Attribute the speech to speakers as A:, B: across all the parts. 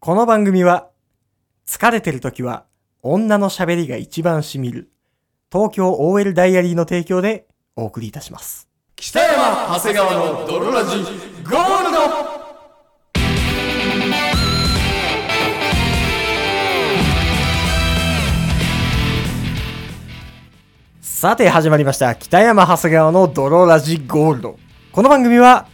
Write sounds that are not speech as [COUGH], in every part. A: この番組は、疲れてる時は女の喋りが一番しみる、東京 OL ダイアリーの提供でお送りいたします。
B: 北山長谷川の泥ラジゴールド
A: さて始まりました、北山長谷川の泥ラジゴールド。この番組は、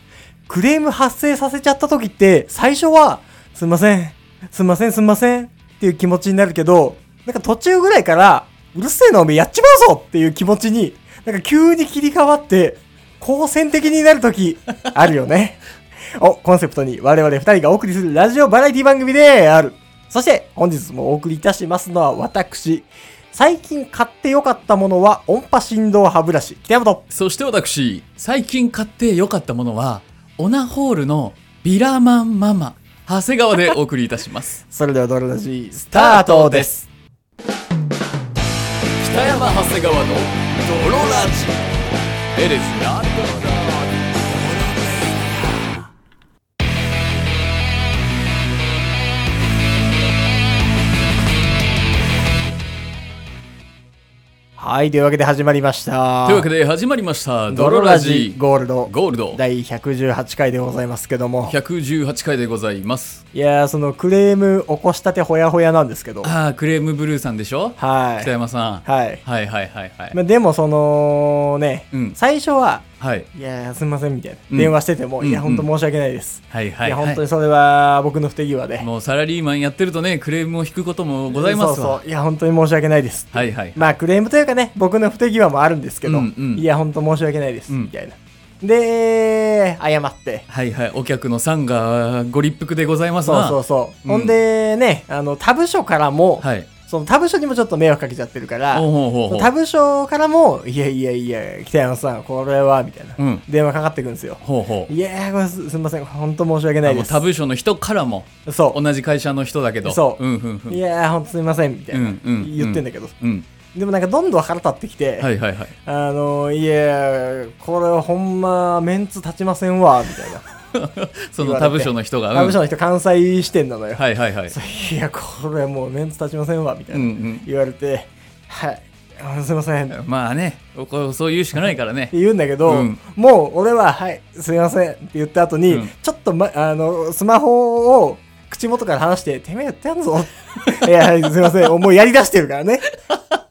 A: クレーム発生させちゃった時って、最初は、すんません、すんません、すんませんっていう気持ちになるけど、なんか途中ぐらいから、うるせえなおめえやっちまうぞっていう気持ちに、なんか急に切り替わって、好戦的になる時、あるよね。をコンセプトに我々二人がお送りするラジオバラエティ番組である。そして本日もお送りいたしますのは私。最近買ってよかったものは音波振動歯ブラシ。北山と。
B: そして私、最近買って良かったものは、オナホールのビラマンママ、長谷川でお送りいたし [LAUGHS] ます。
A: それではドロラジースタートです。
B: 北山長谷川の泥ラジ。エレスな
A: はい、というわけで始まりました。
B: というわけで始まりました、
A: ドロ
B: 泥
A: ラ
B: ラ
A: ジ
B: ジ
A: ゴールド
B: ゴールド
A: 第118回でございますけども。
B: 118回でございます。
A: いやー、そのクレーム起こしたてほやほやなんですけど。
B: ああ、クレームブルーさんでしょ
A: はい
B: 北。山さん。
A: はい。
B: はいはいはいはい。
A: まあ、でもそのね、
B: うん
A: 最初は、
B: はい
A: いやーすみませんみたいな、
B: うん
A: 電話してても、
B: うん
A: いや本当申し訳ないです、
B: はい
A: い
B: はい
A: や本当
B: は
A: にそれは僕の不手際で
B: い。もうサラリーマンやってるとね、クレームを引くこともございます
A: そう
B: わ。
A: そういや本当に申し訳ないです、
B: はいはい。
A: まあクレームというかね僕の不手際もあるんですけど、
B: うんうん
A: いや本当申し訳ないです、
B: うん
A: みたいなで謝って
B: はいはい、お客のさんがご立腹でございます
A: そう
B: な。
A: そうそう、
B: う
A: ほ
B: ん
A: んでねあの他部署からも、
B: はい。
A: その他部署にもちょっと迷惑かけちゃってるから
B: ほうほうほうほう
A: 他部署からも「いやいやいや北山さんこれは」みたいな、
B: うん
A: 電話かかってくるんですよ
B: ほうほう。
A: いやーごめんすすみません本当申し訳な
B: あ
A: い
B: もう
A: です
B: 他部署の人からも、
A: そ
B: 同じ会社の人だけど。
A: そう
B: うんうんう
A: う。
B: ん。
A: いやー、ほんとすみません、みたいな。
B: うんうんうん
A: 言ってんだけど。
B: うん。
A: でもなんかどんどん腹立ってきて、
B: はいはいはい。
A: あのー、いやー、これはほんま、メンツ立ちませんわ、み
B: [LAUGHS]
A: たいな。
B: その他部署の人が。うん
A: ラブショーの人、関西支店なのよ。
B: はいはいはい。
A: いや、これはもうメンツ立ちませんわ、みたいな。
B: うんうん
A: 言われて、はい、あすみません。って
B: まあね、こうそう言うしかないからね。
A: 言うんだけど、
B: うん
A: もう俺は、はい、すみませんって言った後に、
B: うん
A: ちょっと、ま、あの、スマホを口元から離して、てめえやってやん
B: [LAUGHS]
A: ぞ。いや、すみません。もうやり出してるからね。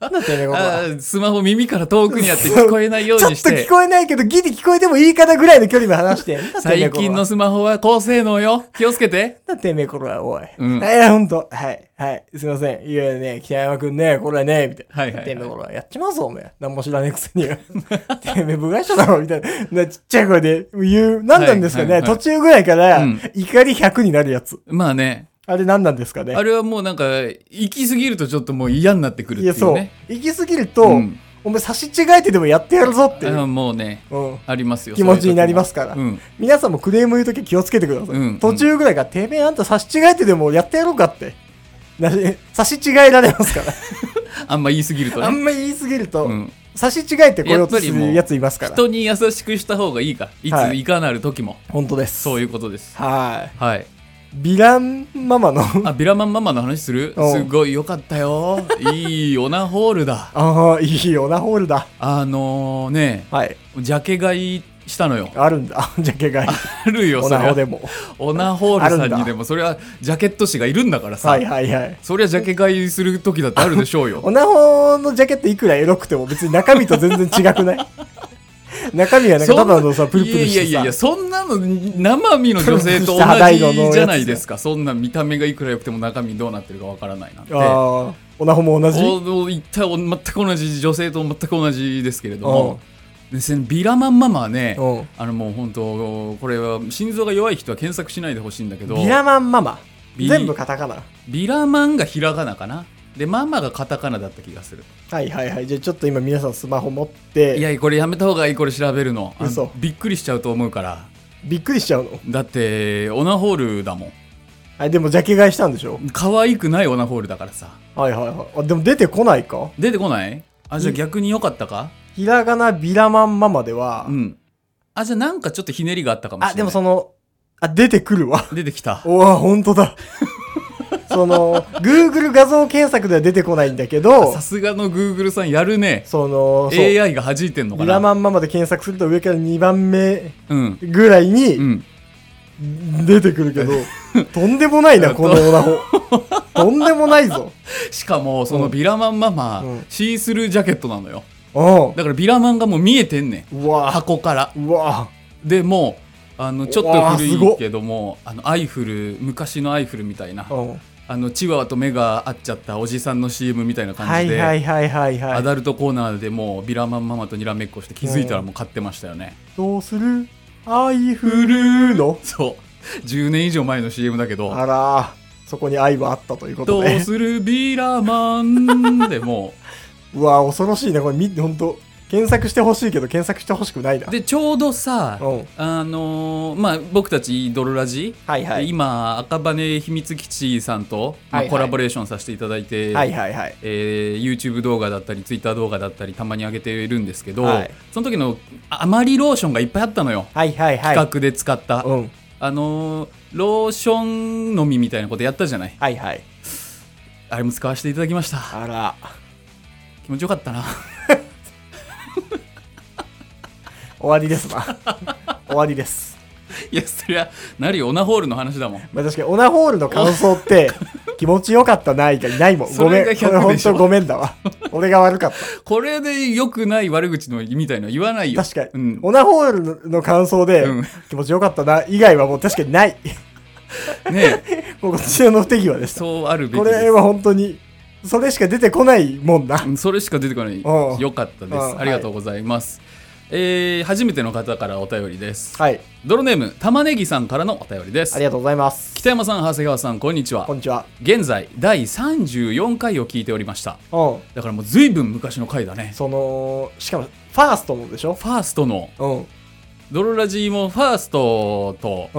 A: なんだてめえここは
B: あースマホ耳から遠くにあって聞こえないよう
A: ちょっ
B: に
A: と
B: し
A: 聞
B: て。
A: こえないけど、ギリ聞こえてもいいかなぐらいの距離まで離して。なんだてめえ
B: 最
A: ここは
B: 近のスマホは高性能よ。気をつけて。
A: なんだてめえこれは、おい。
B: うん
A: いや、ほんと。はい。はい。すいません。いやね、北山くんね、これはね、みたいな。
B: はいはいはい
A: てめえこれは、やっちまうぞ、おめえ。何も知らねえくせに。 [LAUGHS] てめえ部外者だろ、みたいな。なちっちゃい声で言う。何なんですかね、
B: はいはいはい
A: 途中ぐらいから、
B: うん
A: 怒り100になるやつ。
B: まあね、
A: あれ何なんですかね
B: [LAUGHS] あれはもうなんか、行き過ぎるとちょっともう嫌になってくる
A: い
B: ってい
A: や、
B: う
A: そう
B: ね。。
A: 行き過ぎると、
B: うん
A: おめえ差し違えてでもやってやるぞっていう。
B: あもうね、
A: うん
B: ありますよ。
A: 気持ちになりますから、
B: そういう時もうん
A: 皆さんもクレーム言うとき気をつけてください、
B: うん
A: 途中ぐらいからてめえあんた差し違えてでもやってやろうかってな [LAUGHS] 差し違えられますから
B: あんま言いすぎると
A: あ
B: ね。
A: んま言いすぎると、
B: うん
A: 差し違えてこようとするやついますから
B: 人に優しくした方がいいか。いつ、
A: はい
B: い、かなる時も。
A: 本当です
B: そういうことです。
A: はい
B: はい。
A: ヴィランママの [LAUGHS]
B: あ、ビラマンママの話する
A: おう
B: すごいよかったよ。いいオナホールだ。 [LAUGHS]
A: ああいいオナホールだ
B: あのね、
A: はい
B: ジャケ買いし
A: [LAUGHS]
B: たのよ。
A: あるんだジャケ買い
B: あるよ、
A: オ
B: それ
A: ナホで
B: は。
A: も
B: オナホールさ
A: あるん
B: ん
A: だ
B: にでも、それはジャケット誌がいるんだからさ。
A: はいはいはい
B: [LAUGHS] そりゃジャケ買いする時だってあるでしょうよ。
A: オナホのジャケットいくらエロくても別に中身と全然違くない [LAUGHS] 中身はなんかただのさプルプルしてさ
B: いやいやいやそんなの生身の女性と
A: プルプルし
B: 同
A: た肌色のや
B: じ
A: つ
B: じゃな
A: [LAUGHS]
B: いですかそんな見た目がいくら良くても中身どうなってるかわからないなんて
A: ああ、オナホも同じ
B: おお一体お全く同じ女性と全く同じですけれど
A: うん
B: もでそのビラマンママはね
A: うん
B: あのもう本当これは心臓が弱い人は検索しないでほしいんだけど
A: ビラマンママ。
B: ビ
A: 全部カタカナ。
B: ビラマンがひらがなかなでママがカタカナだった気がする
A: はいはいはい。じゃあちょっと今皆さんスマホ持って、
B: いやこれやめた方がいいこれ調べるのあの
A: 嘘
B: びっくりしちゃうと思うから
A: びっくりしちゃうの。
B: だってオナホールだもん
A: あでもジャケ買いしたんでしょ
B: 可愛くないオナホールだからさ
A: はいはいはい。あでも出てこないか
B: 出てこないあじゃ
A: う
B: あ
A: ん
B: 逆に良かったか
A: ひらがなビラマンママでは、
B: うんあじゃあなんかちょっとひねりがあったかもしれない
A: あ、でもその、あ、出てくるわ。
B: 出てきた
A: おわ、ほんとだ。 [LAUGHS] その、Google 画像検索では出てこないんだけど
B: さ、すがの Google さんやるね
A: その、そう
B: AI が弾いてんのか
A: ビラ
B: な
A: マンママで検索すると上から2番目
B: うん
A: ぐらいうに
B: ん
A: 出てくるけど、とんでも
B: [LAUGHS]
A: ないな、このオナホ。とんでもないぞ。
B: しかもそのビラマンママ、
A: うん
B: シースルージャケットなのよ
A: う
B: だからビラマンがもう見えてんねん
A: ん。うわ
B: 箱から
A: うわ
B: でもうあのちょっ
A: うわ
B: と
A: ー
B: 古
A: すごっ
B: いけどもあのアイフル昔のアイフルみたいな
A: うん。
B: あのチワワと目が合っちゃったおじさんの CM みたいな
A: は
B: 感じ
A: い
B: で、
A: はいはいはいは
B: ア
A: い。
B: ダルトコーナーでもうビラマンママとにらめっこして気づいたらもう買ってましたよね、
A: どうする愛降るの
B: [LAUGHS] そう10年以上前の CM だけど
A: あらそこに愛はあったという
B: 「
A: こ
B: ど
A: と
B: う
A: です
B: るビラマン」でも
A: うわ恐ろしいねこれみ本当検索してほしいけど検索してほしくないな
B: うでちょうどさ
A: うん
B: あのーまあ僕たちドロラジ
A: はいは
B: で
A: い
B: 今赤羽秘密基地さんと、まあ
A: はいはい
B: コラボレーションさせていただいて、
A: はいはいはい
B: えー YouTube 動画だったり Twitter 動画だったりたまに上げているんですけど、
A: はい
B: その時のあまりローションがいっぱいあったのよ、
A: はいはいはい
B: 企画で使った、
A: うん
B: あのーローション飲みみたいなことやったじゃない
A: はいはい
B: あれも使わせていただきました
A: あら
B: 気持ちよかったな [LAUGHS]
A: 終わりです [LAUGHS] な終わりです
B: いやそりゃなるよオナホールの話だもん
A: まあ確かにオナホールの感想って [LAUGHS] 気持ちよかったないがいないもん
B: そ
A: ごめん
B: れ
A: こ
B: が
A: れ
B: 100
A: 本
B: でしょ
A: 当ごめんだわ俺が悪かっ
B: これで良くない悪口のみたいの言わないよ
A: た確か
B: う
A: に [LAUGHS]
B: ん、
A: オナホールの感想で
B: うん
A: 気持ちよかったな以外はもう確かにない [LAUGHS]
B: ねえ
A: もうこちらの不手際です
B: そうあるべき
A: こ
B: です
A: れは本当にそれしか出てこないもんな
B: うんそれしか出てこない
A: うん
B: よかったで
A: うん
B: すありがとうございます、えー初めての方からお便りです
A: はい
B: ドロネーム玉ねぎさんからのお便りで
A: あ
B: す
A: りがとうございます
B: 北山さん長谷川さんこんにちは
A: こんにちは
B: 現在第34回を聞いておりました
A: うん
B: だからもう随分昔の回だね
A: そのしかもファーストのでしょ
B: ファーストの
A: うん
B: ドロラジもファーストと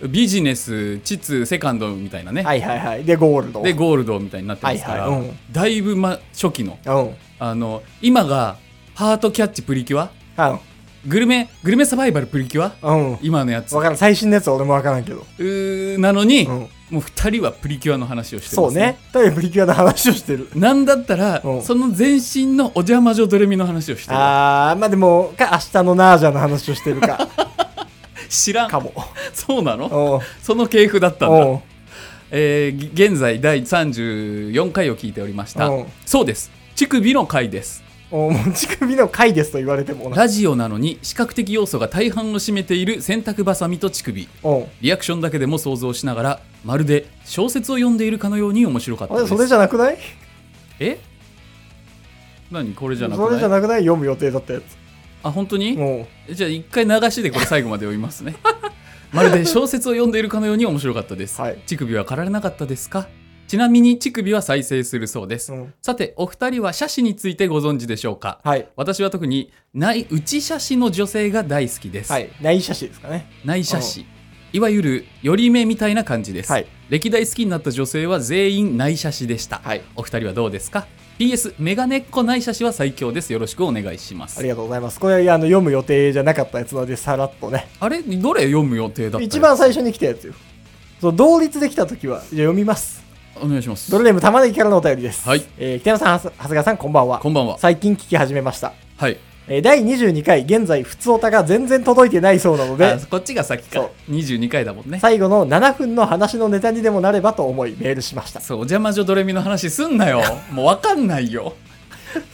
A: うん
B: ビジネス秩セカンドみたいなね、
A: はいはいはいでゴールド
B: でゴールドみたいになってますから、
A: はいはいうん
B: だいぶ、ま、初期の
A: うんうん
B: あの今がハートキャッチプリキュアグルメグルメサバイバルプリキュア
A: うんわ
B: 今のやつう
A: からん最新のやつは俺もわからんけど
B: ーなのに、
A: うん
B: もう2人はプリキュアの話をして
A: そ
B: ま
A: う
B: す
A: ねとにかくプリキュアの話を
B: [LAUGHS]
A: してる
B: なんだったら、
A: うん
B: その前身のお邪魔女ドレミの話をしてる
A: あーまあでもか明日のナージャの話をしてるか
B: 知らん [LAUGHS]
A: かも
B: そうなの
A: うん
B: その系譜だったんだ
A: うん
B: えーぎ現在第34回を聞いておりました
A: うん
B: そうです乳首の回です
A: うんもう乳首の回ですと言われてもな
B: ラジオなのに視覚的要素が大半を占めている洗濯バサミと乳首
A: うん
B: リアクションだけでも想像しながらまるで小説を読んでいるかのように面白かった
A: あ
B: で
A: れ
B: す
A: それじゃなくない
B: え何これじゃなくない
A: それじゃなくない読む予定だったやつ
B: あ本当に
A: うん
B: じゃあ一回流しでこれ最後まで読みますね [LAUGHS] まるで小説を読んでいるかのように面白かったです、
A: はい
B: 乳首は刈られなかったですかちなみに乳首は再生するそうです、
A: うん
B: さてお二人は写真についてご存知でしょうか
A: はい
B: 私は特に内内写真の女性が大好きです、
A: はい内写真ですかね
B: 内写真いわゆる寄り目みたいな感じです、
A: はい
B: 歴代好きになった女性は全員内写真でした、
A: はい
B: お二人はどうですか PS メガネっ子内写真は最強ですよろしくお願いします
A: ありがとうございます。これあの読む予定じゃなかったやつなので、さらっとね。
B: あれどれ読む予定だった
A: 一番最初に来たやつよ。そう同率できたときは、じゃあ読みます。
B: お願いします
A: ドルネーム玉ねぎからのお便りです。
B: はい
A: えー北山さん、はす長谷川さん、こんばんは。
B: こんばんは
A: 最近聞き始めました。
B: はい
A: えー第22回、現在、普通おたが全然届いてないそうなので
B: あ、こっちが先
A: そ
B: か
A: う
B: 22回だもんね
A: 最後の7分の話のネタにでもなればと思い、メールしました。
B: そうお邪魔女ドレミの話すんなよもうわかんないよ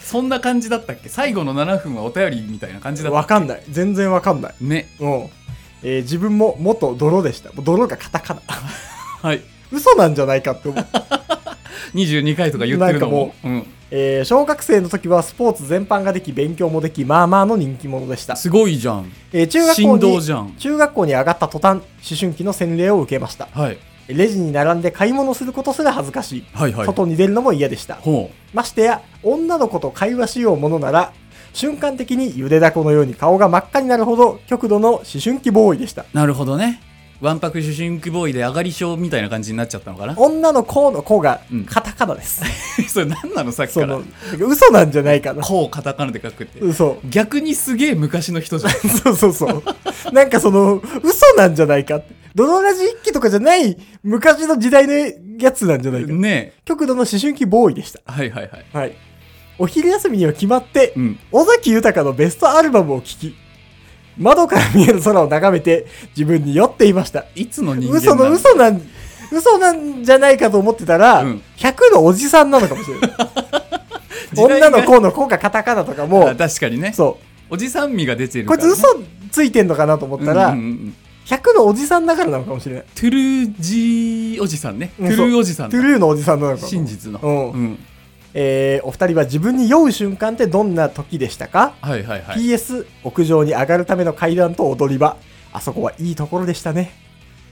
B: そんな感じだったっけ最後の7分はお便りみたいな感じだ
A: [LAUGHS]
B: っ
A: わかんない。全然わかんない。
B: たね
A: うん。えー自分も元泥でした。もう泥がカタカナ。 [LAUGHS]
B: はい
A: 嘘なんじゃないかって思う。
B: 22回とか言ってるのもうん、
A: えー小学生の時はスポーツ全般ができ勉強もできまあまあの人気者でした、
B: すごいじゃん
A: えー中学校
B: 振動
A: に
B: じゃん
A: 中学校に上がった途端思春期の洗礼を受けました
B: はい
A: レジに並んで買い物することすら恥ずかしい、
B: はいはい
A: 外に出るのも嫌でした
B: ほ
A: ましてや女の子と会話しようものなら瞬間的にゆでだこのように顔が真っ赤になるほど極度の思春期ボーイでした
B: うなるほどねわんぱく主人公ボーイで上がり症みたいな感じになっちゃったのかな
A: 女の子の子が
B: うん
A: カタカナです、
B: [LAUGHS] それ何なのさっき
A: そ
B: か
A: の
B: ら
A: 嘘なんじゃないかな
B: こうカタカナで書くって
A: 嘘
B: 逆にすげえ昔の人じゃん
A: そうそうそう。なんかその、嘘なんじゃないかって。ドロラジ一期とかじゃない昔の時代のやつ [LAUGHS] なんじゃないか。
B: ね
A: 極度の思春期ボーイでした。
B: えはいはいはい
A: はい。お昼休みには決まって
B: う、ん
A: 尾崎豊のベストアルバムを聴き、窓から見える空を眺めて自分に酔っていました。
B: いつの人間
A: 嘘の嘘なん、嘘なんじゃないかと思ってたら、
B: うん
A: 100のおじさんなのかもしれない。女の
B: 子
A: 子の子がカタカナとかも、
B: 確かにね
A: そ
B: おじさん味が出て
A: う。
B: る
A: こ
B: か
A: い
B: ら、
A: つ
B: ね、
A: 嘘ついてんのかなと思った
B: う
A: ら
B: んう、んうん
A: 100のおじさんだからなのかもしれない。
B: トゥルージーおじさんねト
A: うん
B: ゥルーおじさん
A: ト
B: だ
A: ゥルーのおじさんなのかも。
B: 真実の
A: うん
B: うん
A: えーお二人は自分に酔う瞬間ってどんな時でしたか、
B: はいはいはい
A: ?PS、屋上に上がるための階段と踊り場。あそこはいいところでしたね。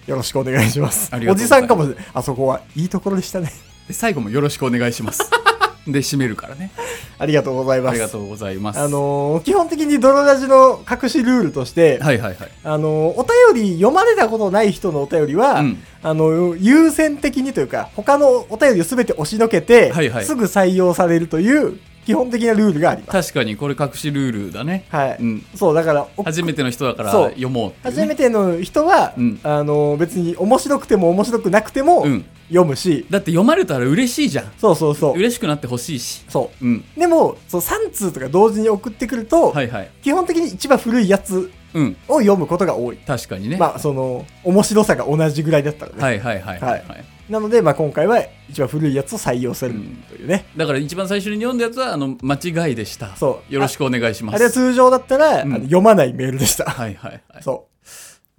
A: よろしくお願いします。
B: ありが
A: お
B: とう
A: じ
B: ござ
A: さ
B: い
A: ん
B: ます
A: かもしれない。あそこはいいところでしたね。
B: で最後もよろしくお願いします
A: [LAUGHS]
B: で締めるからね
A: ありがとうございます。
B: ありがとうございます
A: あのー基本的に泥ラジの隠しルールとして、
B: はいはいはい
A: あのーお便り読まれたことない人のお便りは、
B: うん
A: あの優先的にというか他のお便りを全て押しのけて、
B: はいはい
A: すぐ採用されるという基本的なルールがあります。
B: 確かにこれ隠しルールだね
A: はい、
B: うん
A: そうだからお
B: 初めての人だから
A: そう
B: 読もうっていうね
A: 初めての人は、
B: うん
A: あの別に面白くても面白くなくても
B: うん
A: 読むし、
B: だって読まれたら嬉しいじゃん
A: そうそうそう
B: 嬉しくなってほしいし
A: そ
B: うん
A: うでもそう3通とか同時に送ってくると、
B: はいはい
A: 基本的に一番古いやつ
B: うん
A: を読むことが多い、
B: 確かにね、
A: まあその面白さが同じぐらいだったらね、
B: はいはいはいはい、はい
A: なので、まあ、今回は一番古いやつを採用するというね、
B: だから一番最初に読んだやつはあの間違いでした
A: そう
B: よろしくお願いします
A: あれは通常だったら、
B: うん
A: あの読まないメールでした、
B: はいはいはい
A: そ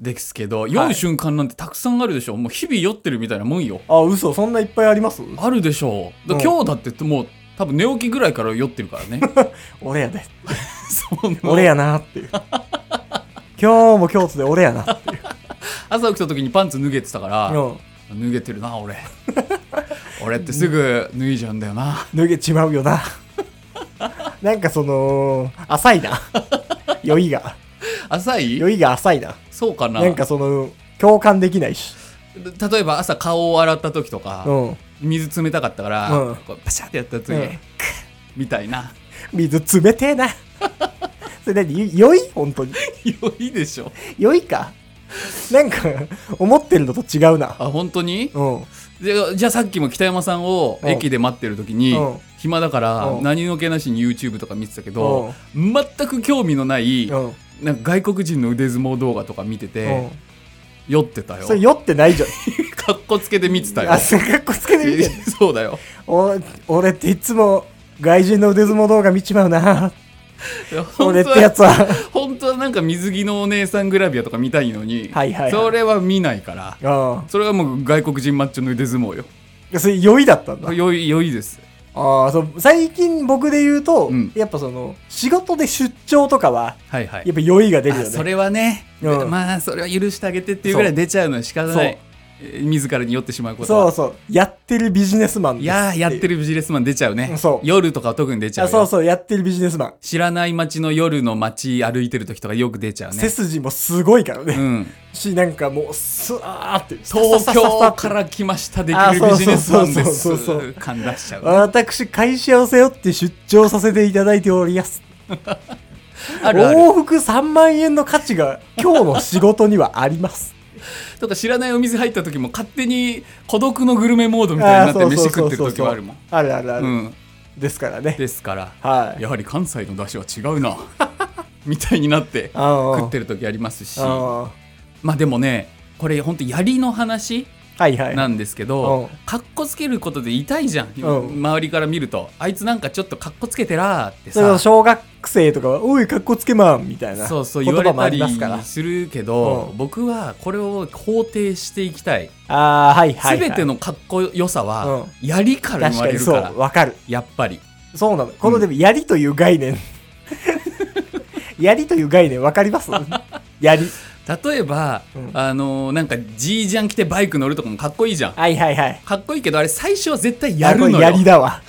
B: ですけど酔う瞬間なんてたくさんあるでしょもう日々酔ってるみたいなもんよ
A: うあ嘘そんないっぱいあります
B: あるでしょうだ
A: うん
B: 今日だってもう多分寝起きぐらいから酔ってるから
A: [LAUGHS]
B: ね
A: 俺やで
B: その
A: 俺やなっていう
B: [LAUGHS]
A: 今日も京都で俺やなっていう
B: 朝起きた時にパンツ脱げてたから、
A: うん
B: 脱げてるな俺 [LAUGHS] 俺ってすぐ脱いじゃうんだよな
A: 脱げちまうよ
B: [LAUGHS]
A: ななんかその浅いな酔いが
B: 浅い
A: 酔いが浅いな
B: そうかな
A: なんかその共感できないし
B: 例えば朝顔を洗った時と
A: う
B: か、
A: ん
B: 水冷たかったから、
A: うん
B: こうパシャってやった時、
A: うん
B: クッみたいな [LAUGHS]
A: 水冷てえなそれ何酔い本当に
B: 良いでしょ
A: 酔いかなんか思ってるのと違うな
B: あ本当に
A: うんうん
B: じゃあじゃあさっきも北山さんを
A: うん
B: 駅で待ってる時に、
A: うん
B: 暇だから
A: うん
B: 何の気なしに YouTube とか見てたけど、全く興味のない、
A: うん
B: なんか外国人の腕相撲動画とか見てて、酔ってたよ
A: それ酔ってないじゃん
B: かっこつけて見てたよ
A: あそれかっこつけてみて
B: [LAUGHS] そうだよ
A: お俺っていつも外人の腕相撲動画見ちまうな俺ってやつは
B: 本当はなんか水着のお姉さんグラビアとか見たいのに、
A: はいはいはい
B: それは見ないから
A: う
B: それはもう外国人マッチョの腕相撲よ
A: んそれ酔いだったんだ
B: 良い良いです
A: ああ、そう、最近僕で言うと、
B: うん
A: やっぱその、仕事で出張とかは、
B: はいはい
A: やっぱ酔いが出るよ
B: あ
A: ね。
B: それはね、
A: うん
B: まあそれは許してあげてっていうぐらい出ちゃうのは仕方ないえー自らに酔ってしまうことは
A: そうそう。やってるビジネスマンです
B: いやーやって
A: る。
B: るビジネスマン出ちゃうね
A: そう
B: 夜とかは特に出ちゃう
A: あ
B: よ
A: そうそう、やってるビジネスマン。
B: 知らない街の夜の街歩いてる時とかよく出ちゃう
A: 背
B: ね
A: 筋もすごいからね。
B: うん、
A: し、なんかもう、スワーって。。
B: 東京からら来ましたで
A: あ
B: き
A: そうそ
B: る
A: う
B: ビジネスマンで
A: そ
B: す
A: うそうそう
B: 感出しちゃうね
A: 私、会社を背負って出張させていただいております。
B: あるある
A: 往復3万円の価値が今日の仕事にはあります。
B: とか知らないお店入った時も勝手に孤独のグルメモードみたいになって飯食ってる時はあるもん
A: あーそうそうそうそうあるあるあ
B: う
A: る。
B: ん
A: ですからね。
B: ですから
A: はい。
B: やはり関西の出汁は違うなみたいになって食ってる時ありますし
A: ああ。
B: まあでもねこれ本当槍の話
A: はいはい。
B: なんですけ
A: う
B: ど
A: ん
B: かっこつけることで痛いじゃん
A: うん
B: 周りから見るとあいつなんかちょっとかっこつけてらーって
A: それ
B: さ
A: を小学生とかは、おい、かっこつけまんみたいな
B: そうそう
A: 言
B: 言
A: 葉
B: われ
A: もあ
B: た
A: り
B: り
A: ますから。
B: するけど
A: うん
B: 僕はこれを肯定していきたい
A: ああ、はいはい、はい。
B: 全て
A: の
B: のかっこよさは槍から
A: 確
B: 生ま
A: か
B: れ
A: に
B: るか
A: そ
B: ら
A: う、わかる。
B: やっぱり
A: そうなの。このでも、槍という概念。 [LAUGHS] 槍という概念、わかり
B: [LAUGHS]
A: ます槍。
B: 例えば、
A: うん
B: あのーなんかジージャン着てバイク乗るとかもかっこいいじゃん
A: はいはいはい。
B: かっこいいけどあれ最初は絶対やるの
A: あこ
B: よ
A: れ槍だわ。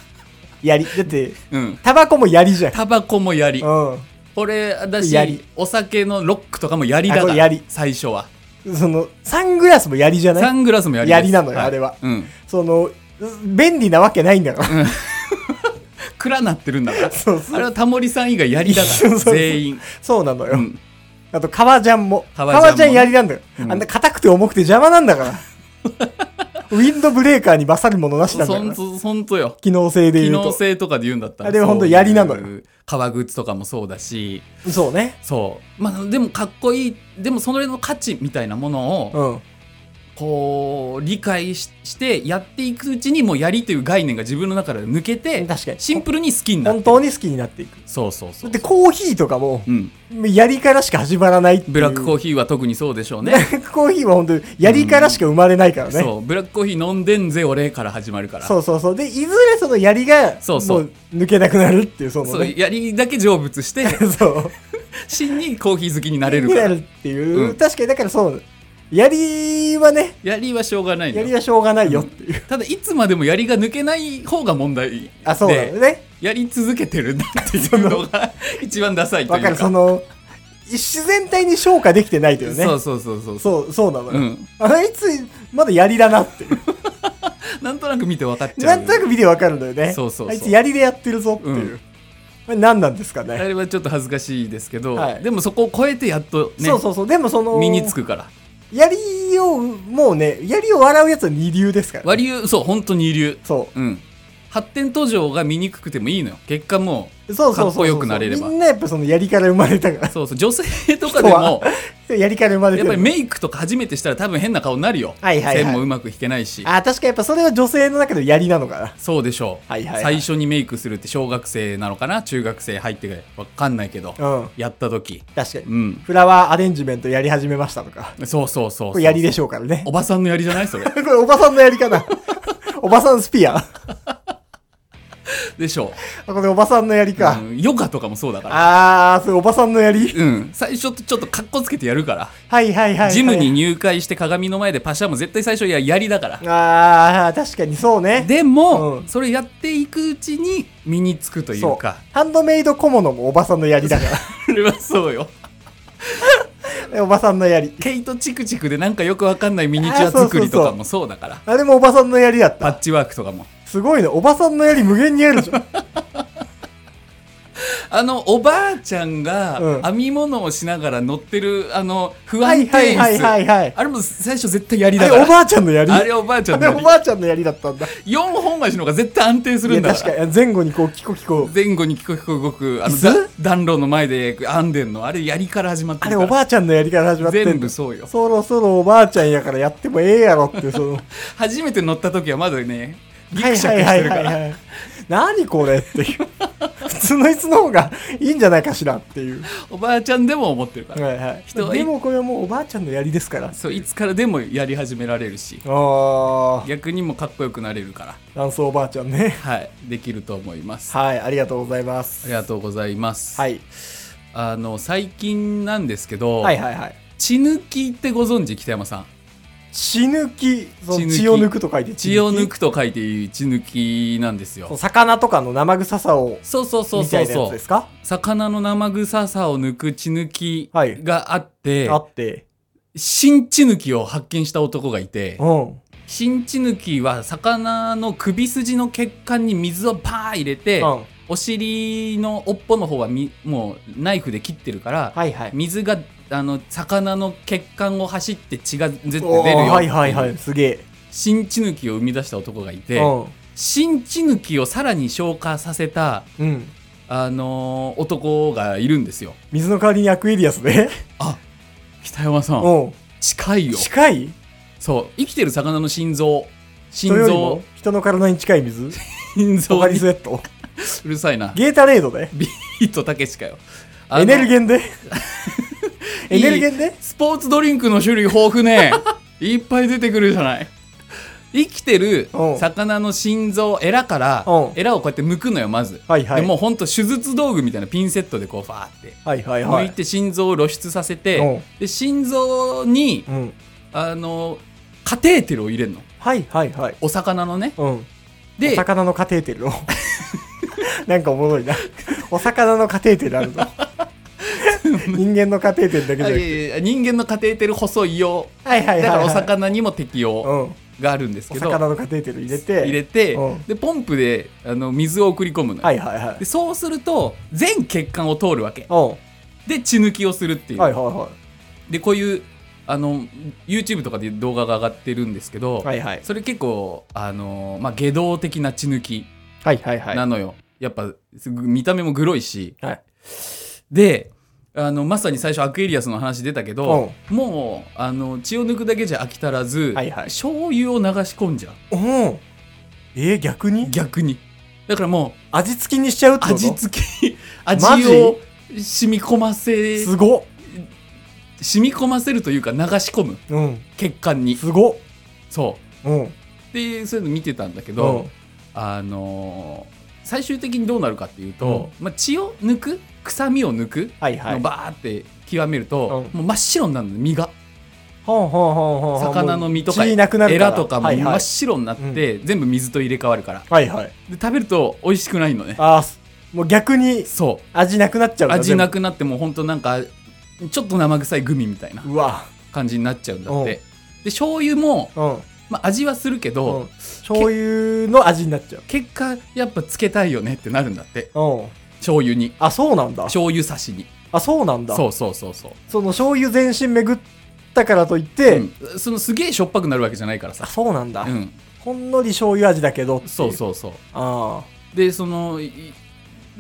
A: 槍。だって、
B: うん
A: タバコも槍じゃん。
B: タバコもやり
A: う
B: これだし
A: やり
B: お酒のロックとかもやりだ
A: あ
B: か
A: こ
B: ら
A: れやり
B: 最初は
A: ん。その、サングラスも槍じゃな
B: サ
A: い
B: ングラスもやりです
A: やりなのよあれは
B: うん
A: その、便利なわけないんだから。
B: 暗なってるんだから
A: そうそう
B: あれはタモリさん以外やりだか
A: そう
B: ら
A: そう
B: 全員
A: そうなのよ。
B: うん
A: あと、革ジャンも。
B: 革ジャンも
A: 革ジャンやりなんだよ。
B: うん [LAUGHS]
A: あんな硬くて重くて邪魔なんだから。ウィンドブレーカーに勝るものなしなんだ
B: そ
A: よ
B: ん
A: な。
B: と、ほんとよ。
A: 機能性で
B: 機
A: 言う
B: 能
A: と。
B: 性とかで言うんだったら。
A: あれはほんと
B: そういう
A: 槍なのよ
B: 革靴とかもそうだし、
A: そうね。
B: そう。まあ、でもかっこいい、でもそれの価値みたいなものを、
A: うん。
B: こう、理解しして、やっていくうちに、もう槍という概念が自分の中で抜けて、
A: 確かに
B: シンプルに好きになる。
A: 本当に好きになっていく。
B: そうそうそう。
A: で、コーヒーとかも、
B: うん。
A: やりからしか始まらないっていう。
B: ブラックコ
A: ー
B: ーヒーは特にそうでしょう
A: ヒー。ブ
B: ね。
A: ラッ [LAUGHS] クコーヒーは本当に、やりからしか生まれないからね。
B: そう。ブラックコーヒー飲んでんぜ、俺から始まるから。
A: そうそうそう。で、いずれその槍が、
B: そうそう
A: もう抜けなくなるっていう、その
B: そう
A: ね。
B: 槍だけ成仏して、
A: [LAUGHS] そう。
B: 真にコーヒー好きになれる
A: に
B: か
A: な
B: ら
A: るっていう、
B: うん
A: 確かにだからそう槍はね
B: 槍はしょうがないの
A: 槍
B: よ
A: はしょうがないよっていう、
B: ただいつまでも槍が抜けない方が問題で
A: あそうだよね
B: やり続けてるんだっていうの
A: [LAUGHS]
B: が一番ダサいと
A: わ
B: いう
A: か
B: か
A: るその自然体に消化できてないというね
B: そうそうそうそうそう
A: そうそうなのよ、
B: うん
A: あいつまだ槍だなっていう
B: なんとなく見て分かっちゃ
A: な
B: うん
A: となく見てわかるんだよね
B: そうそうそう
A: あいつ槍でやってるぞっていう、
B: うん
A: これ何なんですかね、
B: あれはちょっと恥ずかしいですけど、
A: はい
B: でもそこを超えてやっとね
A: そうそうそうでもその
B: 身につくから
A: 槍をもうね槍を笑うやつは二流ですから、ね、
B: 割流そう本当に二流
A: そう
B: うん発展途上が見にくくてもいいのよ結果も
A: そうそうそうそう
B: かっこよくなれれば
A: みんなやっぱその槍から生まれたから
B: うそうそう女性と [LAUGHS] か
A: [LAUGHS]
B: でも
A: 槍から生まれて
B: やっ
A: る
B: ぱりメイクとか初めてしたら多分変な顔になるよ、
A: はいはいはい
B: 線もうまく引けないし
A: あー確かやっぱそれは女性の中で槍なのかな
B: そうでしょう、
A: はいはいはい
B: 最初にメイクするって小学生なのかな中学生入ってからわかんないけど、
A: うん
B: やった時
A: 確かに、
B: うん
A: フラワーアレンジメントやり始めましたとか
B: そうそうそう
A: これ槍で
B: し
A: しょうからね [LAUGHS]
B: おばさんの槍じゃないそれ
A: これおばさんの槍か
B: [LAUGHS]
A: なおばさんスピアあ
B: でしょ
A: これおばさんの槍
B: う、
A: か、
B: うんヨガとかもそうだから
A: ああそれおばさんの槍、
B: うん最初ちょっとかっこつけてやるから、
A: はいはいはい、はい、
B: ジムに入会して鏡の前でパシャも絶対最初いや槍だから
A: ああ確かにそうね
B: でも、
A: うん
B: それやっていくうちに身につくとい
A: そうう
B: か
A: ハンドメイド小物もおばさんの槍だか
B: それはそうよ [LAUGHS]
A: らおばさんの槍
B: 毛糸チクチクでなんかよくわかんないミニチュア作りとかもそうだから
A: あれもおばさんの槍だっ
B: パ
A: た
B: ッチワークとかも
A: すごいねおばさんの槍無限にある
B: [LAUGHS]
A: じゃん
B: あのおばあちゃんが
A: うん
B: 編み物をしながら乗ってるあの不
A: はい
B: 安
A: は
B: 定
A: いはいはい
B: 椅子
A: はい
B: あれも最初絶対やり
A: あ
B: だ
A: れ
B: か
A: お
B: ら
A: ばあちゃんの槍
B: あれおばあちゃん
A: あれお
B: の
A: ばあちゃんの槍だったんだ
B: 4本足の方が絶対安定するんだ
A: いや
B: から
A: 確かに前後にこうキコキコ
B: 前後にキコキコ動くあの
A: 椅
B: だ
A: 子
B: 暖炉の前で編んでんのあれやりから始まって
A: あ
B: る
A: れ
B: から
A: おばあちゃんのやりから始まってんの
B: 全部そうよ
A: そろそろおばあちゃんやからやってもええやろっていうそのは
B: 初めて乗った時はまだね [LAUGHS] ギ
A: い
B: クシャクしてるから、
A: い何これっていう普通の椅子の方がいいんじゃないかしらっていう
B: おばあちゃんでも思ってるから、
A: はいはい
B: 人はい
A: でもこれはもうおばあちゃんのやりですから
B: そういつからでもやり始められるし
A: ああ
B: 逆にもかっこよくなれるから
A: 卵巣おばあちゃんね
B: はいできると思います
A: はいありがとうございま
B: あ
A: す
B: りがとうございます、
A: はい
B: あの最近なんですけど、
A: はいはいはい
B: 血抜きってご存知北山さん
A: 血抜きそ
B: 血抜
A: の
B: き
A: 血を抜くと書いて
B: 血を抜
A: く
B: くと書いて血抜きなんです
A: そう
B: よ
A: 魚とかの生臭さを
B: そうそうそう
A: みた
B: そう
A: いなやつ
B: そ
A: で
B: う
A: すか
B: 魚の生臭さを抜く血抜き
A: はい
B: があって、
A: あって
B: 新血抜きを発見した男がいて
A: うん
B: 新血抜きは魚の首筋の血管に水をパー入れて、
A: うん
B: お尻の尾っぽの方はみもうナイフで切ってるから、
A: はいはい
B: 水があの魚の血管を走って血が絶対出るよ
A: おーはいはい
B: って
A: は
B: いう
A: いすげ
B: 新血抜きを生み出した男が
A: え
B: いて、
A: う
B: 新血抜きをさらに消化させた、
A: んうん
B: あのー男がいるんですよ
A: 水の代わりにアクエリアスね
B: [LAUGHS] あ北山さん
A: う
B: 近い
A: ん
B: よ
A: 近い
B: そう生きてる魚の心臓心
A: 人より
B: 臓
A: も人の体に近い水
B: 心
A: ポ
B: 臓
A: カリ
B: に
A: スエット
B: うるさいな
A: ゲータレードで
B: ビートたけしかよ
A: エネル
B: ー
A: ゲン
B: [LAUGHS]
A: でエネルゲンで
B: スポーツドリンクの種類豊
A: [LAUGHS]
B: 富ねいっぱい出てくるじゃない生きてる
A: うん
B: 魚の心臓エラから
A: うん
B: エラをこうやって剥くのよまず、
A: はいはい
B: でもうほんと手術道具みたいなピンセットでこうファーって
A: はいはいは
B: 剥い
A: い
B: て心臓を露出させて、
A: うん
B: で心臓に
A: うん
B: あのカテーテルを入れるの
A: はいはいはい
B: お魚のね
A: うんお
B: で
A: 魚のカテーテルを [LAUGHS] なんかおもろいなお魚のカテーテルある
B: [LAUGHS]
A: の人間のカテーテルだけじゃ
B: あ
A: なく
B: い
A: て
B: やいや人間のカテーテル細いよ
A: はいはい
B: だ
A: はい
B: からお
A: はい
B: 魚にも適用
A: うん
B: があるんです
A: お
B: けど、
A: 魚のカテーテル入れて
B: 入れて、
A: うん
B: でポンプであの水を送り込むのよ、
A: はいはいはい
B: でそうすると全血管を通るわけ
A: うんは
B: で血抜きをするってい、
A: いうはいはい
B: でこういうあの YouTube とかで動画が上がってるんですけど、
A: はいはい。
B: それ結構あの、まあ、下道的な血抜き
A: はいはいはい。
B: なのよ、やっぱすぐ見た目もグロいし
A: はい。
B: であのまさに最初アクエリアスの話出たけど、もうあの血を抜くだけじゃ飽き足らず、
A: はいはい
B: 醤油を流し込んじゃう
A: おーえー、逆に
B: 逆にだからもう
A: 味付きにしちゃうってこと
B: 味付
A: [LAUGHS]
B: き味
A: マジ
B: を染み込ませ
A: すごっ
B: 染み込ませるというか流し込む
A: うん。
B: 血管に
A: すごっ
B: そ
A: うん。
B: うでそういうの見てたんだけ
A: う
B: ど、
A: ん
B: あのー最終的にどうなるかっていうと、まあ、血を抜く臭みを抜く
A: はいは
B: の
A: い。
B: バーって極めると、
A: う
B: もう真っ白になるの身が
A: ほんほんほんほんほん。
B: 魚の身とか
A: もう血なくなる
B: エ
A: から
B: ラとかも
A: はい
B: 真
A: は
B: っ
A: い。
B: 白になって、全部水と入れ替わるから
A: はいはい。
B: で食べると美味しくないのね
A: ああ、すもう逆に
B: そ
A: 味なくなっちゃう
B: うん
A: だ
B: 味な
A: 全
B: くなってもうほんとなんかちょっと生臭いグミみたいな
A: 部うわ。
B: 感じになっちゃうんだってで醤油も、
A: うん。
B: まあ、味はするけど、
A: うん醤油の味になっちゃう。
B: 結果やっぱつけたいよねってなるんだって
A: うん。
B: 醤油に
A: あ、そうなんだ。
B: 醤油差しに
A: あ、そうなんだ。
B: そうそうそうそう
A: その醤油全身巡ったからといって、
B: うん、そのすげえしょっぱくなるわけじゃないから
A: あ、
B: さ、
A: そうなんだ。
B: うん、
A: ほんのり醤油味だけどってい
B: そう
A: う。
B: そうそう
A: あ
B: でそのい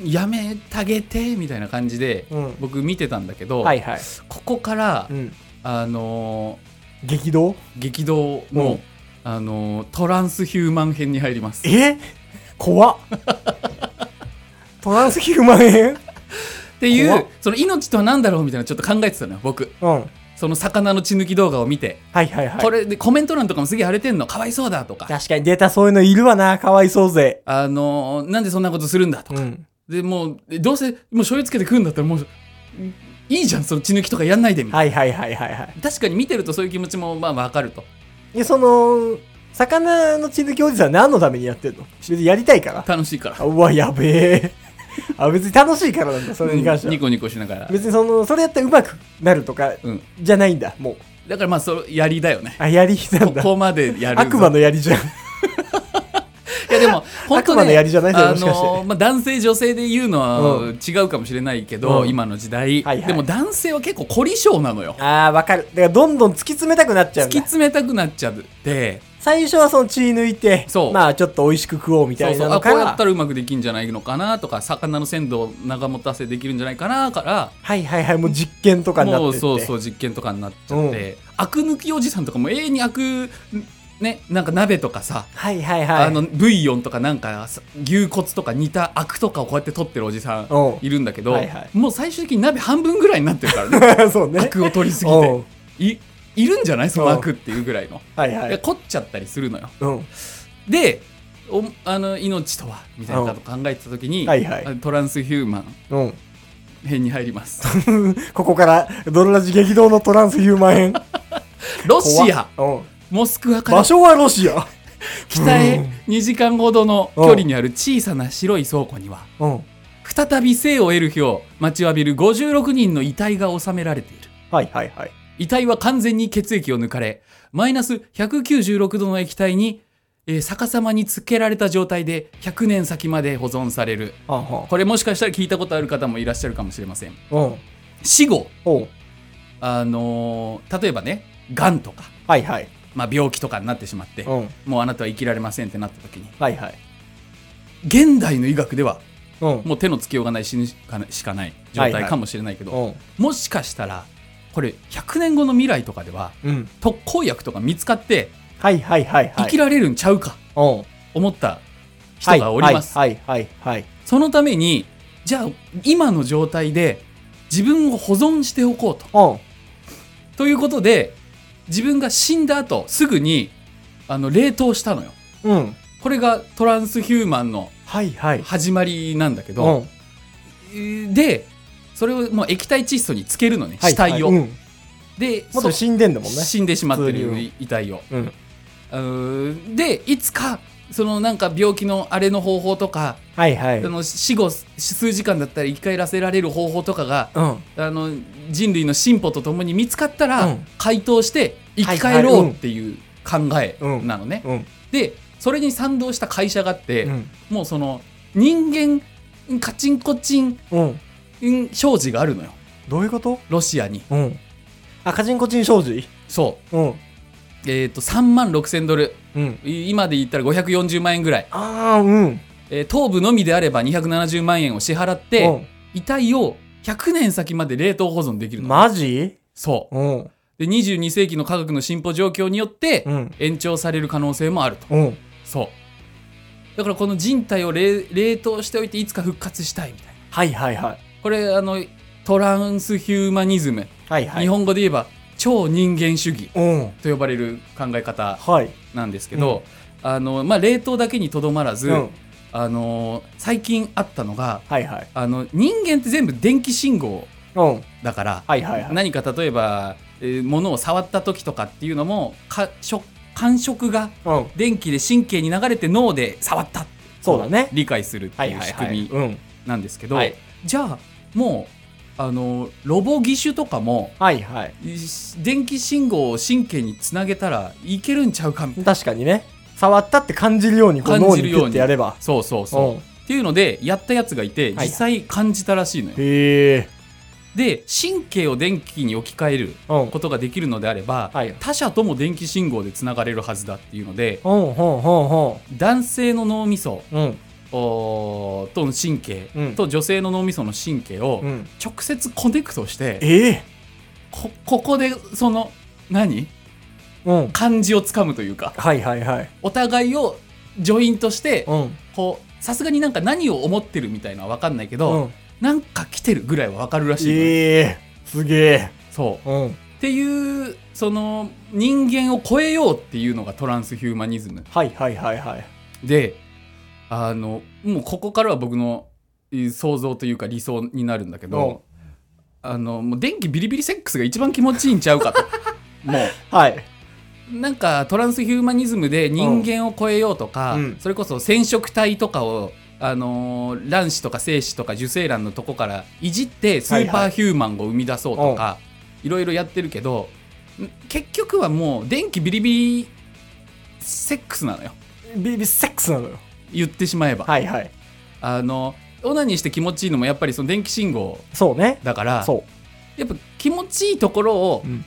B: やめてあげてみたいな感じで、
A: うん
B: 僕見てたんだけ
A: あ。
B: ど、
A: はいはい。
B: ここから、
A: うん。
B: あの
A: 激動
B: ー激動の、
A: うん
B: あのートランスヒューマン編に入りますっ
A: え怖っ [LAUGHS] トランスヒューマン円
B: てい
A: 怖っ
B: うその命とは何だろうみたいなのちょっと考えてたのよ僕
A: うん。はい
B: その魚の血抜き動画を見て、
A: はいはい。
B: これでコメント欄とかもすげえ荒れてんのかわいそうだとか
A: 確かにデータそういうのいるわな。かわいそうぜ。
B: あのーなんでそんなことするんだとか、
A: うん。
B: でもうどうせもう醤油つけて食うんだったらもういいじゃんその血抜きとかやんないでみたい
A: はいはいはいはいはい
B: な確かに見てるとそういう気持ちもまあわかると。
A: で、その、魚の血抜きおじさん何のためにやってんの別にやりたいから。
B: 楽しいから
A: あうわ、やべえ。あ、別に楽しいからなんだ、それに関して
B: うん
A: は。
B: ニコニコしながら、
A: 別にその、それやったらうまくなるとか、
B: うん、
A: じゃないんだ、もう。
B: だからまあそれやりだよね
A: あ、やりなん
B: こ
A: だ。
B: こまでやるぞ
A: 悪魔のやりじゃん。
B: いやでも本当
A: 悪魔の
B: ね
A: 槍じゃないそれ
B: あ
A: もしかして
B: のまあ男性女性で言うの
A: う
B: は違うかもしれないけど、
A: うん
B: 今の時代、
A: はいはい
B: でも男性は結構凝り性なのよ
A: あー、わかる。だからどんどん突き詰めたくなっちゃう
B: 突
A: ん
B: き
A: だ。
B: 詰めたくなっちゃって
A: 最初はその血抜いて、
B: そう
A: まあちょっと美味しく食おうみた
B: そう
A: い
B: そ
A: な
B: うあ
A: の
B: こ
A: か
B: うや
A: ら。
B: ったらうまくできんじゃないのかなとか魚の鮮度を長持たせできるんじゃないかなから
A: はいはいはい、もう実験とかになって
B: も
A: っ
B: う
A: て。
B: そうそう実験とかになっちゃって、アク抜きおじさんとかも永遠にアクねなんか鍋とかさ、
A: はいはいはい。
B: あのブイヨンとかなんかさ牛骨とか似たアクとかをこうやって取ってるおじさん
A: う
B: いるんだけど、
A: はいはい
B: もう最終的に鍋半分ぐらいになってるからね
A: ん。そうね
B: ア。クを取り
A: [LAUGHS]
B: すぎ
A: う
B: て
A: ん
B: いいるんじゃないそのアクっていうぐらいの、
A: はいは
B: で
A: い。
B: 凝っちゃったりするのよ
A: うん。
B: でおあの命とはみたいなことを考えてた時に、
A: うんはいはい
B: あのトランスヒューマン
A: うん。
B: 編に入ります
A: [LAUGHS] ここから、ドロラジ激動のトランスヒューマン編。
B: ロシア
A: 怖っ
B: モスクワ
A: うん。
B: から
A: 場所はロシア。
B: 北
A: う
B: へ
A: ん
B: 2時間ほどの距離にある小さな白い倉庫には
A: うん。
B: 再び生を得る日を待ちわびる56人の遺体が収められている
A: はいはいはい。
B: 遺体は完全に血液を抜かれマイナス196度の液体に、えー逆さまにつけられた状態で100年先まで保存される
A: はんは
B: これもしかしたら聞いたことある方もいらっしゃるかもしれません
A: ん。うん。
B: 死後
A: おう
B: あのー例えばねがんとか、
A: はいはい。
B: まあ、病気とかになってしまって
A: うん。
B: もうあなたは生きられませんってなった時に
A: はいはい。
B: 現代の医学では
A: うん。
B: もう手のつけようがない死ぬしかないしかない状態かもしれないけど、
A: うん。
B: もしかしたらこれ100年後の未来とかでは
A: うん。
B: 特効薬とか見つかって
A: はいはいはいはい。
B: 生きられるんちゃうか
A: うん。
B: 思った人がおります、
A: はいはいはいはい。
B: そのためにじゃあ今の状態で自分を保存しておこうと
A: うん。
B: ということで自分が死んだ後すぐにあの冷凍したのよ
A: うん。
B: これがトランスヒューマンの
A: はいはい。
B: 始まりなんだけ
A: う
B: ど、
A: ん。は
B: でそれをもう液体窒素につけるのね、
A: い
B: 死体を、
A: はいうん
B: で
A: もっと
B: そ
A: 死んでんだもんね。
B: 死んでしまっ
A: 普
B: て
A: 通
B: る
A: に
B: 遺体を
A: うん。
B: うーんでいつかそのなんか病気のあれの方法とか、
A: はいはい。
B: その死後数時間だったら生き返らせられる方法とかが
A: うん。
B: あの人類の進歩とともに見つかったら、
A: うん
B: 解凍して生き返
A: はい
B: ろ
A: はいう
B: っ
A: ん
B: ていう考えなのね、
A: うん。
B: でそれに賛同した会社があって、
A: うん。
B: もうその人間カチンコチン
A: うん。
B: うん商事があるのよ
A: どういうこと
B: ロシアに
A: うん。赤人こちん障子
B: そ
A: うん。
B: う。えっ、と、3万6千ドル。
A: うん。
B: い今で言ったら540万円ぐらい。
A: ああ、うん。
B: えー頭部のみであれば270万円を支払って、遺体を100年先まで冷凍保存で
A: う
B: きる
A: ん。
B: の。
A: マジ
B: そう。
A: うん。
B: で、22世紀の科学の進歩状況によって
A: う、ん。
B: 延長される可能性もあると。
A: うん。
B: そう。だからこの人体を冷冷凍しておいていつか復活したいみたいな。
A: はいはいはい。
B: これ、あの、トランスヒューマニズム。
A: はいはい。
B: 日本語で言えば、超人間主義
A: うん。
B: と呼ばれる考え方
A: はい。
B: なんですけど、あの、まあ、冷凍だけにとどまらず、
A: うん。
B: あの、最近あったのが、
A: はいはい。
B: あの人間って全部電気信号
A: うん。
B: だから、
A: はいはいはい。
B: 何か例えば、えー物を触った時とかっていうのもか触感触が
A: うん。
B: 電気で神経に流れて脳で触ったって
A: そうだね。
B: 理解するって
A: はいいうはい
B: 仕
A: は
B: 組
A: い。
B: み
A: うん。
B: なんですけど、
A: はい
B: じゃあもうあのロボ義手とかも
A: はいはい。
B: い電気信号を神経につなげたらいけるんちゃうかみたいな
A: 確かにね。触ったって感じるように、こう
B: 感
A: 脳に
B: じる
A: ピ
B: ように
A: ュってやれば。
B: そうそうそう、
A: う
B: っ
A: ん。
B: ていうのでやったやつがいて
A: は
B: 実
A: い
B: 際感じたらしいのよ、
A: へえ。
B: で神経を電気に置き換える
A: うん。うん
B: こ。とができるのであれば、
A: はい
B: 他者とも電気信号でつながれるはずだっていうので
A: ほんほんほんほ
B: 男性の脳みそ
A: ん。うん。
B: おーとの神経、
A: うん
B: と女性の脳みその神経を
A: うん。
B: 直接コネクトして、
A: ええ。
B: こここでその何
A: うん。
B: 感じをつかむというか
A: はいはいはい。
B: お互いをジョイントして
A: うん。
B: こうさすがになんか何を思ってるみたいのは分かんないけ
A: う
B: ど、
A: ん。
B: なんか来てるぐらいは分かるらしいのよ、
A: ええ。すげえ。
B: そう
A: うん。
B: っていうその人間を超えようっていうのがトランスヒューマニズム
A: はいはいはいはい。
B: であのもうここからは僕のえー想像というか理想になるんだけどあのもう電気ビリビリセックスが一番気持ちいいんちゃ
A: [LAUGHS]
B: うかとも
A: はい。
B: うなんかトランスヒューマニズムで人間を超えようとか、
A: うん
B: それこそ染色体とかを、あのー卵子とか精子とか受精卵のとこからいじってスーパーヒューマンを生み出そうとか、いろいろやってるけどん結局はもう電気ビリビリセックスなのよ
A: ビビセックスなのよ。
B: 言ってしまえば。
A: はいはい。
B: あのオナニーして気持ちいいのもやっぱりその電気信号
A: そうね。
B: だから
A: そう。
B: やっぱ気持ちいいところを
A: うん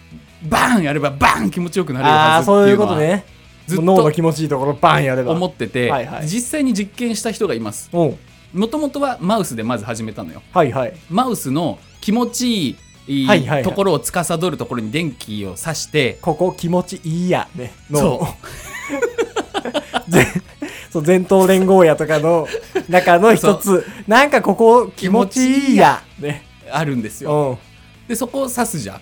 B: バーンやればバーン気持ちよくなれる
A: ああー、
B: はずって
A: そうい
B: いううの
A: こと
B: は
A: ね。
B: ずっ
A: 脳の
B: と
A: 気持ちいいところバンやれば。
B: 思ってて
A: はいはい
B: 実際に実験した人がいます
A: うん。
B: もともとはマウスでまず始めたのよ
A: はいはい。
B: マウスの気持ちいい
A: はいはいはい
B: ところを司るところに電気を刺して
A: ここ気持ちいいや。ね。。
B: そう
A: [LAUGHS] ぜそう前頭連合やとかの中の一つ。なんかここ気持ちいいや。ね。
B: あるんです
A: う
B: よ
A: ん。うん。
B: でそこを刺すじゃん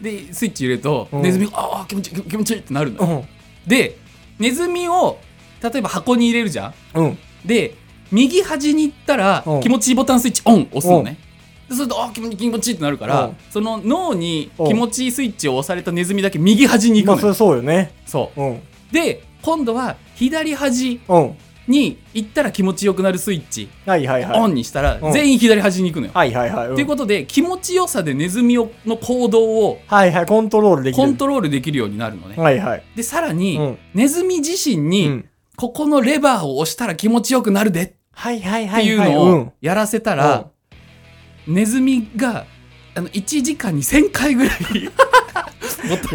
B: でスイッチ入れると
A: うん
B: ネズミがああ気持ちいい気持ちいいってなる
A: う
B: の
A: ん。
B: でネズミを例えば箱に入れるじゃん
A: うん。
B: で右端に行ったら
A: うん
B: 気持ちいいボタンスイッチオン押すのねでそうするとあ気持ちいい気持ちいいってなるから、
A: うん
B: その脳に
A: うん
B: 気持ちいいスイッチを押されたネズミだけ右端に
A: ま
B: 行
A: あ、
B: く
A: そ
B: の
A: れ
B: よ
A: はそうよね。
B: そ
A: うん。
B: うで今度は左端
A: うん。
B: に行ったら気持ちよくなるスイッチ、
A: はいはい
B: オ
A: はい。
B: ンにしたら
A: うん
B: 全員左端に行くのよ、
A: はいはいはい。うん
B: ということで気持ちよさでネズミをの行動を
A: はいはい。コントロールできる。
B: コントロールできるようになるのね、
A: はいはい。
B: でさらに、
A: うん
B: ネズミ自身に、
A: うん
B: ここのレバーを押したら気持ちよくなるで
A: はいはい
B: っ
A: は
B: て
A: い
B: いう
A: はい。
B: の
A: う
B: を
A: ん。
B: やらせたら、ネズミがあの1時間に1000回ぐらい ボ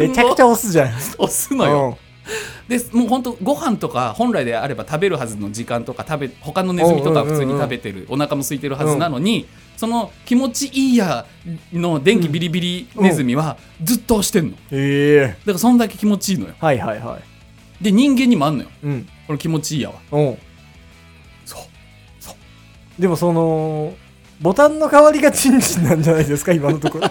A: [LAUGHS] めち
B: タ
A: ゃ
B: ンを
A: くちゃ押すじゃん。
B: 押すのよ。でもうほんとご飯とか本来であれば食べるはずの時間とか食べ他のネズミとかは普通に食べてるお腹も空いてるはずなのに、その気持ちいいやの電気ビリビリネズミはずっと押してんのだか
A: うん。ええ。
B: らそんだけ気持ちいいのよ
A: はいはいはい。
B: で人間にもあんのよ
A: うん。
B: この気持ちいいやは
A: うん。
B: そう
A: でもその、ボタンの代わりがチンチンなんじゃない [LAUGHS] ですか、今のところ。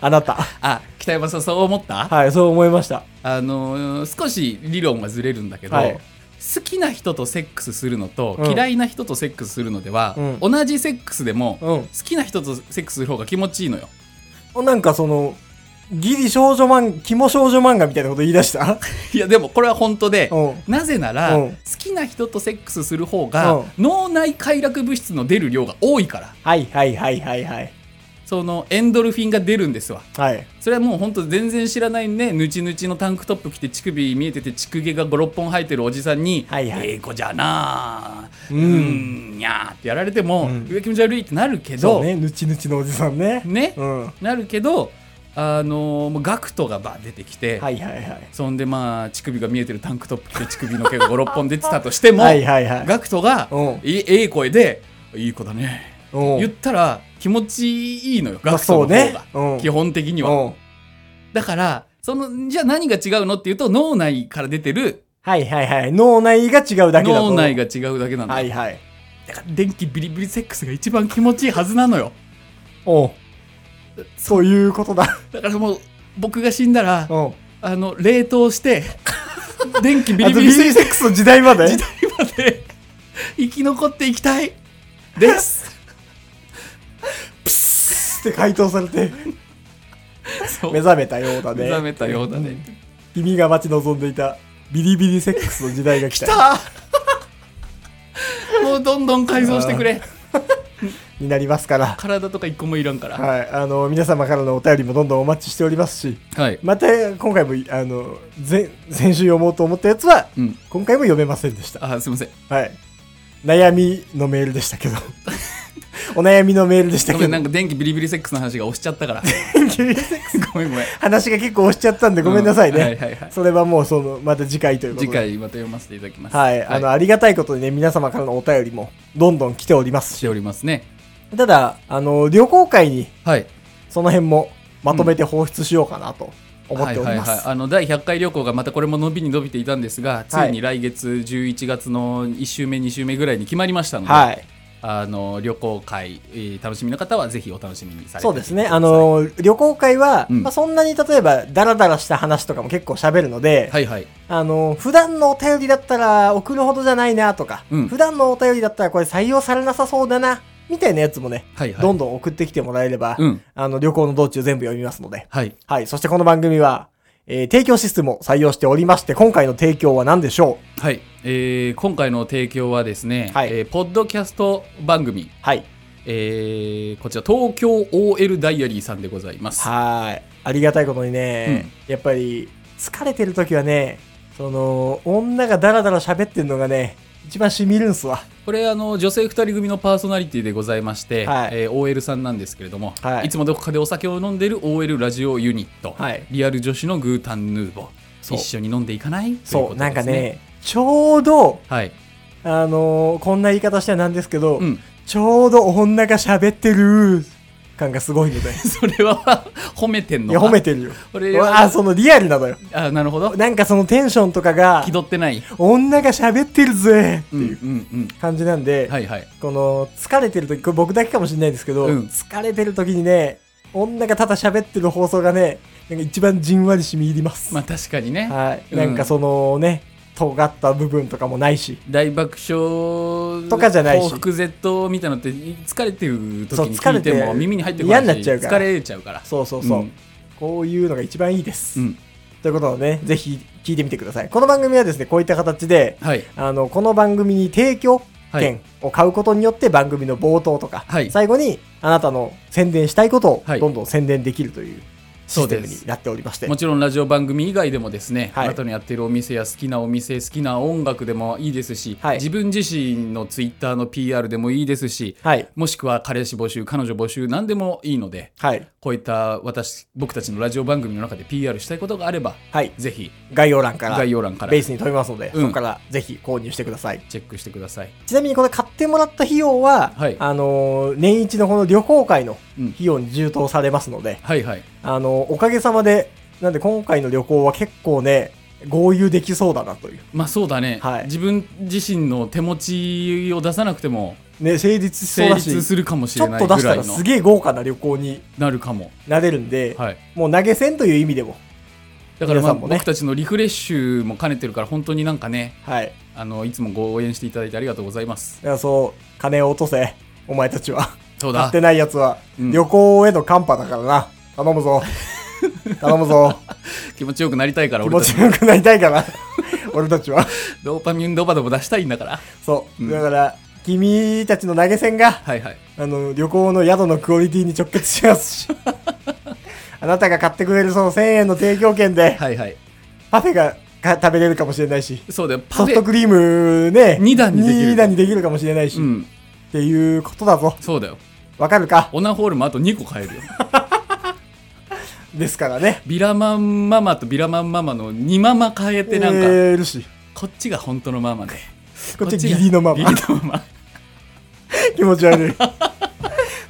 A: あなた。
B: あ北山さんそう思った
A: はい、そう思いました。
B: あのー少し理論がずれるんだけど、
A: はい
B: 好きな人とセックスするのと、
A: うん
B: 嫌いな人とセックスするのでは、
A: うん
B: 同じセックスでも、好
A: う
B: きな人とセックスする方が気持ちいいのよ。
A: ん。なんかその、ギリ少女漫、キモ少女漫画みたいなこと言い出した
B: いやでもこれは本当で、
A: うん。
B: なぜなら、
A: うん
B: 好きな人とセックスする方が、
A: うん
B: 脳内快楽物質の出る量が多いから
A: はいはいはいはいはい。
B: そのエンドルフィンが出るんですわ。
A: はい。
B: それはもう本当全然知らないねぬちぬちのタンクトップ着て乳首見えてて乳毛が56本生えてるおじさんに「
A: はいはい
B: ええ子じゃなあ
A: う
B: う。ん、にゃーってやられても、
A: うん
B: 上気持ち悪いってなるけ
A: そ
B: ど
A: う
B: ね
A: ね、ぬちぬちのおじさんね。うん。
B: なるけどあのーもうガクトがば出てきて、
A: はいはいはい。
B: そんでまあ乳首が見えてるタンクトップ着て乳首の毛が56本出てたとしても、
A: はいはいはい。
B: ガクトが
A: うん
B: いええ声で「いい子だね」
A: うん
B: 言ったら気持ちいいのよ
A: まあ
B: ガクトの方が、
A: そうねうん
B: 基本的には、
A: うん
B: だからそのじゃあ何が違うのっていうと脳内から出てる
A: はいはいはい。脳内が違うだけだと。
B: 脳内が違うだけなんだ、
A: はいはい。
B: だから電気ビリビリセックスが一番気持ちいいはずなのよ
A: おうそういうことだ。
B: だからもう僕が死んだら
A: うん。
B: あの冷凍して
A: [LAUGHS]
B: 電気ビ
A: あ
B: リ
A: と
B: ビ
A: ビリ
B: リ
A: ビ
B: セ
A: リ
B: ック
A: セックスの時代まで
B: 時代まで生き残っていきたいです
A: って回答されて、
B: そう
A: 目覚めたようだね。
B: 目覚めたようだね。
A: 君が待ち望んでいたビリビリセックスの時代が来た。
B: た [LAUGHS] もうどんどん改造してくれ
A: になりますから。
B: 体とか一個もいらんから
A: はい。あの、皆様からのお便りもどんどんお待ちしておりますし、
B: はい、
A: また今回も、あの、前、先週読もうと思ったやつは、
B: うん
A: 今回も読めませんでした。
B: あすいません
A: はい。悩みのメールでしたけど。お悩みのメールでした
B: ご
A: け
B: めん
A: ど
B: なん。か電気ビリビリセックスの話が押しちゃ [LAUGHS] ったからごめんごめん
A: 話が結構押しちゃったんでごめんなさいね。
B: うんはいはいはい
A: それはもうその、また次回ということで。
B: [LAUGHS] 次。回また読ませていただきます
A: はい。あの、ありがたいことにね、皆様からのお便りもどんどん来ております
B: し
A: し。
B: ておりますね
A: ただ、あの、旅行会に
B: はい
A: その辺もまとめて放出しようかなと思っております。
B: はいはいはい、あの第100回旅行がまたこれも伸びに伸びていたんですが、ついに来月11月の1週目2週目ぐらいに決まりましたので、
A: はい。
B: あの旅行会、えー楽しみの方はぜひお楽しみにされて
A: そうですね。
B: くださ
A: あ
B: い
A: の、旅行会は、
B: うん
A: まあ、そんなに例えば、ダラダラした話とかも結構喋るので、
B: はいはい
A: あの、普段のお便りだったら送るほどじゃないなとか、
B: うん
A: 普段のお便りだったらこれ採用されなさそうだな、みたいなやつもね、
B: はいはい
A: どんどん送ってきてもらえれば、
B: うん
A: あの、旅行の道中全部読みますので。
B: はい
A: はい。そしてこの番組は、えー提供システムを採用しておりまして、今回の提供は何でしょう
B: はい、えー今回の提供はですね、
A: はい
B: えーポッドキャスト番組、
A: はい。
B: えーこちら東京 OL ダイアリーさんでございます
A: はい。ありがたいことにね、やっぱり、疲れてる時はね、その、女がダラダラ喋ってるのがね、一番しみるんすわ。
B: これあの女性2人組のパーソナリティでございまして、
A: はい
B: えー OL さんなんですけれども、
A: はい
B: い、つもどこかでお酒を飲んでる OL ラジオユニット、
A: はい
B: リアル女子のグータンヌーボ
A: そう
B: 一緒に飲んでいかない
A: そう、
B: とい
A: なん
B: こ
A: か
B: とですね
A: ね、ちょうど、
B: はい、
A: あのーこんな言い方してはなんですけど、
B: うん、 [LAUGHS]
A: ちょうど女が喋ってる感がすごいので。
B: それは褒めてん
A: い
B: [LAUGHS] の
A: や、
B: か
A: 褒めてるよ。
B: 俺は
A: あ、そのリアルなのよ。
B: あなる
A: [LAUGHS]
B: ほど
A: なんかそのテンションとかが
B: 気、取ってない
A: 女が喋ってるぜって
B: うんう
A: いうん感じなんで、
B: うんはいはい
A: この疲れてる時、これ僕だけかもしれないですけど、
B: うん
A: 疲れてる時にね、女がただ喋ってる放送がね、なんか一番じんわり染み入ります。
B: まあ確かにね、
A: はい。
B: うん
A: なんかそのね、尖った部分とかもないし、
B: 大爆笑
A: とかじゃないし
B: 幸福絶倒みたいなのって疲れてる時
A: そう
B: に
A: 疲
B: 聞
A: れ
B: い
A: て
B: ても耳に入ってこないし
A: 嫌になっちゃうから
B: 疲れちゃうから
A: そうそうそう。
B: うん
A: こういうのが一番いいです。
B: うん
A: ということをね、ぜひ聞いてみてください。この番組はですね、こういった形で、
B: はい
A: あの、この番組に提供
B: はい
A: 権を買うことによって番組の冒頭とか、
B: はい
A: 最後にあなたの宣伝したいことを
B: はい
A: どんどん宣伝できるというシ
B: そう
A: ステ
B: で
A: ム
B: す
A: になっておりまして。
B: もちろんラジオ番組以外でもですね、
A: はい
B: あなたのやってるお店や好きなお店好きな音楽でもいいですし、
A: はい
B: 自分自身のツイッターの PR でもいいですし
A: はい。
B: もしくは彼氏募集彼女募集何でもいいので
A: はい。
B: こういった私僕たちのラジオ番組の中で PR したいことがあれば
A: はい。
B: ぜひ
A: 概要欄から、
B: 概要欄から
A: ベースに飛びますので、
B: うん
A: そこからぜひ購入してください。
B: チェックしてください
A: ちなみにこれ買ってもらった費用は、
B: はい
A: あのー、年一のこの旅行会の
B: うん
A: 費用に充当されますので、
B: はいはい
A: あの、おかげさまで、なんで今回の旅行は結構ね、合流できそうだなという。
B: まあそうだね、
A: はい
B: 自分自身の手持ちを出さなくても
A: ね、成立しそう
B: 成
A: だ
B: 立
A: し、
B: するかもし
A: ちょ
B: れな
A: っ
B: い
A: と
B: ぐ
A: 出した
B: らい
A: ら
B: の
A: すげえ豪華な旅行に
B: なるかも、
A: なれるんで、
B: はい、
A: もう投げ銭という意味でも、
B: だから、まあ
A: 皆さんもね
B: 僕たちのリフレッシュも兼ねてるから本当になんかね
A: はい。
B: あのいつもご応援していただいてありがとうございます
A: だからそう、金を落とせ、お前たちは。
B: そう
A: 買っ
B: だ
A: てないやつは、
B: うん
A: 旅行へのカンパだからな。頼む
B: [LAUGHS]
A: ぞ。頼むぞ。
B: 気持ちよくなりたいから
A: 気
B: 俺
A: 持
B: たち
A: ちよくなりたいから。俺たちは。
B: ドーパミンドバドバ出したいんだから
A: そう。
B: うん
A: だから、君たちの投げ銭が、
B: はいはい
A: あの旅行の宿のクオリティに直結します
B: [LAUGHS]
A: しあなたが買ってくれるその1000円の提供券で
B: はいはい
A: パフェがか食べれるかもしれないし
B: そうだよパ
A: ソ
B: フ
A: フト
B: ェ
A: クリームね
B: 二段にできる
A: 二段にできるかもしれないし、
B: う
A: っ
B: ん
A: ていうことだぞ
B: そうだよ
A: わかるか
B: オナホールもあと2個買えるよ
A: ですからね。
B: ビラマンママとビラマンママの2ママ変えてなんか、
A: えー、ルシ
B: こっちが本当のママで
A: こっち義理のママ
B: 義理のママっ
A: 気持ち [LAUGHS] 悪い。っ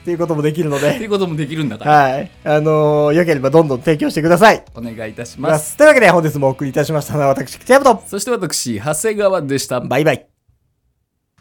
A: ていうこともできるの
B: てい
A: で、
B: うこともできるんだから
A: はい。あのー、よければどんどん提供してください。
B: お願いいたし
A: ま
B: ます
A: すというわけで本日もお送りいたしましたのは私、北山と、
B: そして私長谷川でした
A: バイバイ。